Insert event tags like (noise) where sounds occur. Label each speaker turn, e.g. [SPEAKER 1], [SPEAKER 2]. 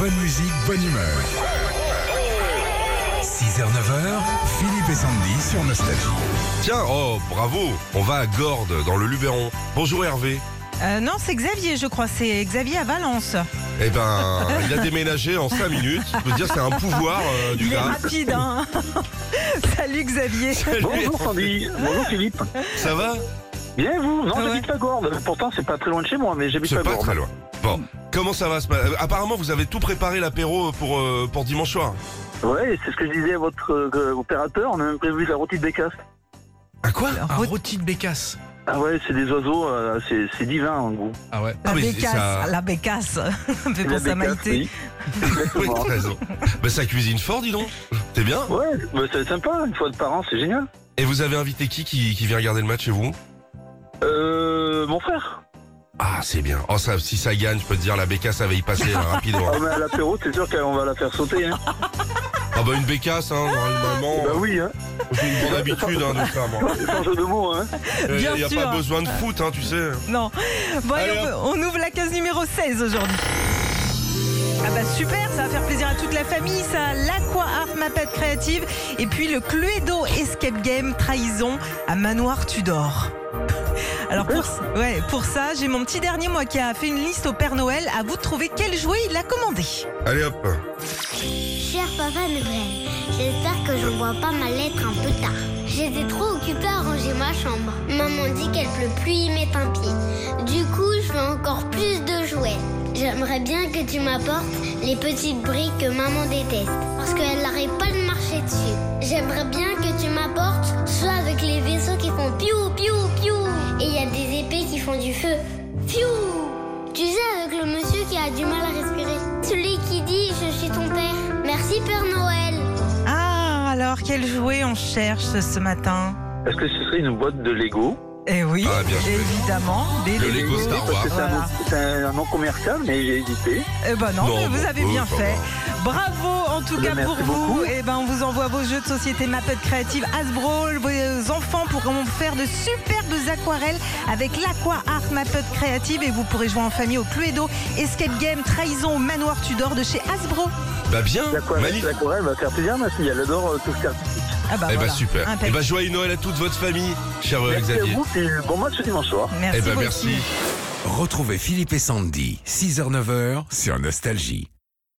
[SPEAKER 1] Bonne musique, bonne humeur. 6h, 9h, Philippe et Sandy sur Nostalgie.
[SPEAKER 2] Tiens, oh, bravo On va à Gordes, dans le Luberon. Bonjour Hervé.
[SPEAKER 3] Euh, non, c'est Xavier, je crois. C'est Xavier à Valence.
[SPEAKER 2] Eh ben,
[SPEAKER 3] (laughs)
[SPEAKER 2] il a déménagé en 5 minutes. Je peux te dire, c'est un pouvoir euh, du
[SPEAKER 3] Il est
[SPEAKER 2] gars.
[SPEAKER 3] rapide, hein (laughs) Salut Xavier.
[SPEAKER 2] Salut.
[SPEAKER 4] Bonjour Sandy, bonjour Philippe.
[SPEAKER 2] Ça va
[SPEAKER 4] Bien et vous Non,
[SPEAKER 3] Ah ouais.
[SPEAKER 4] j'habite pas Gordes. Pourtant, c'est pas très loin de chez moi, mais j'habite
[SPEAKER 2] C'est
[SPEAKER 4] pas
[SPEAKER 2] pas
[SPEAKER 4] Gordes.
[SPEAKER 2] très loin. Bon, comment ça va se passer Apparemment, vous avez tout préparé l'apéro pour, euh, pour dimanche soir.
[SPEAKER 4] Ouais, c'est ce que je disais à votre euh, opérateur. On a même prévu la rôtie de Bécasse.
[SPEAKER 2] À quoi
[SPEAKER 5] Un rôti de bécasse.
[SPEAKER 4] Ah ouais, c'est des oiseaux, euh, c'est c'est divin en gros.
[SPEAKER 5] Ah ouais.
[SPEAKER 3] La
[SPEAKER 2] mais c'est-
[SPEAKER 3] bécasse,
[SPEAKER 2] ça-
[SPEAKER 3] la bécasse. (laughs) On fait
[SPEAKER 4] C'est la
[SPEAKER 3] penser à
[SPEAKER 4] Bécasse,
[SPEAKER 3] Maïté.
[SPEAKER 4] oui.
[SPEAKER 2] (laughs) Oui,
[SPEAKER 4] Exactement.
[SPEAKER 2] t'as raison. Ben, ça cuisine fort, dis donc. C'est bien.
[SPEAKER 4] Ouais, bah, c'est sympa, une fois de par an, c'est génial.
[SPEAKER 2] Et vous avez invité qui, qui qui vient regarder le match chez vous
[SPEAKER 4] Euh, mon frère.
[SPEAKER 2] Ah, c'est bien. Oh, ça, si ça gagne, je peux te dire, la bécasse, ça va y passer là, rapidement.
[SPEAKER 4] Ah, mais à l'apéro, c'est sûr qu'on va la faire sauter. Hein.
[SPEAKER 2] Ah bah une bécasse, hein, normalement.
[SPEAKER 4] Bah oui, hein.
[SPEAKER 2] J'ai une bonne habitude hein, de ça, moi.
[SPEAKER 4] sans jeu de mots. Hein.
[SPEAKER 2] Il
[SPEAKER 3] Bien
[SPEAKER 2] n'y a
[SPEAKER 3] sûr.
[SPEAKER 2] pas besoin de foot, hein, tu sais.
[SPEAKER 3] Non. Bon, allez,
[SPEAKER 2] Allez,
[SPEAKER 3] on, peut- on ouvre la case numéro 16 aujourd'hui. Ah bah super, ça va faire plaisir à toute la famille, ça, l'Aqua Art Mapette Créative, et puis le Cluedo Escape Game Trahison à Manoir Tudor. (laughs) Alors pour, ouais, pour ça, j'ai mon petit dernier moi qui a fait une liste au Père Noël, à vous de trouver quel jouet il a commandé.
[SPEAKER 2] Allez hop.
[SPEAKER 6] Cher Papa Noël, j'espère que je vois pas ma lettre un peu tard. J'étais trop occupée à ranger ma chambre. Maman dit qu'elle peut plus y mettre un pied. Du coup, je veux encore plus de jouets. J'aimerais bien que tu m'apportes les petites briques que maman déteste parce qu'elle n'arrête pas de marcher dessus. J'aimerais bien que tu m'apportes ceux avec les vaisseaux qui font piou piou piou et il y a des épées qui font du feu. Piou tu sais, avec le monsieur qui a du mal à respirer. Celui qui dit Je suis ton père. Merci, Père Noël.
[SPEAKER 3] Ah, alors quel jouet on cherche ce matin
[SPEAKER 4] Est-ce que ce serait une boîte de Lego
[SPEAKER 3] Eh oui,
[SPEAKER 2] Ah, bien joué.
[SPEAKER 3] évidemment. des
[SPEAKER 2] Le Lego Star Wars.
[SPEAKER 4] C'est un
[SPEAKER 3] Voilà.
[SPEAKER 4] nom- C'est un, nom commercial, mais j'ai hésité.
[SPEAKER 3] Eh ben non,
[SPEAKER 2] Non,
[SPEAKER 3] mais vous
[SPEAKER 2] bon,
[SPEAKER 3] avez
[SPEAKER 2] euh,
[SPEAKER 3] bien
[SPEAKER 2] ça
[SPEAKER 3] fait. Bravo en tout
[SPEAKER 4] Mais
[SPEAKER 3] cas pour
[SPEAKER 4] Eh merci
[SPEAKER 3] vous.
[SPEAKER 4] beaucoup.
[SPEAKER 3] Et ben on vous envoie vos jeux de société Mapette Créative Hasbro, vos euh, enfants pourront faire de superbes aquarelles avec l'Aqua Art Mapette Créative et vous pourrez jouer en famille au Cluedo, Escape Game, Trahison au Manoir Tudor de chez Hasbro.
[SPEAKER 2] Bah bien,
[SPEAKER 4] L'aquarelle
[SPEAKER 2] magnifique.
[SPEAKER 4] l'aquarelle va faire plaisir, ma fille. Elle adore euh, tout ce qui est artistique.
[SPEAKER 3] Ah bah,
[SPEAKER 2] Eh bah
[SPEAKER 3] voilà.
[SPEAKER 2] super.
[SPEAKER 3] Impec.
[SPEAKER 2] Eh bah joyeux Noël à toute votre famille, cher euh,
[SPEAKER 4] Merci à
[SPEAKER 2] Xavier.
[SPEAKER 4] vous, puis bon match dimanche soir.
[SPEAKER 3] Merci
[SPEAKER 2] Eh bah
[SPEAKER 3] beaucoup.
[SPEAKER 2] merci.
[SPEAKER 1] Retrouvez Philippe et Sandy, 6h, 9h sur Nostalgie.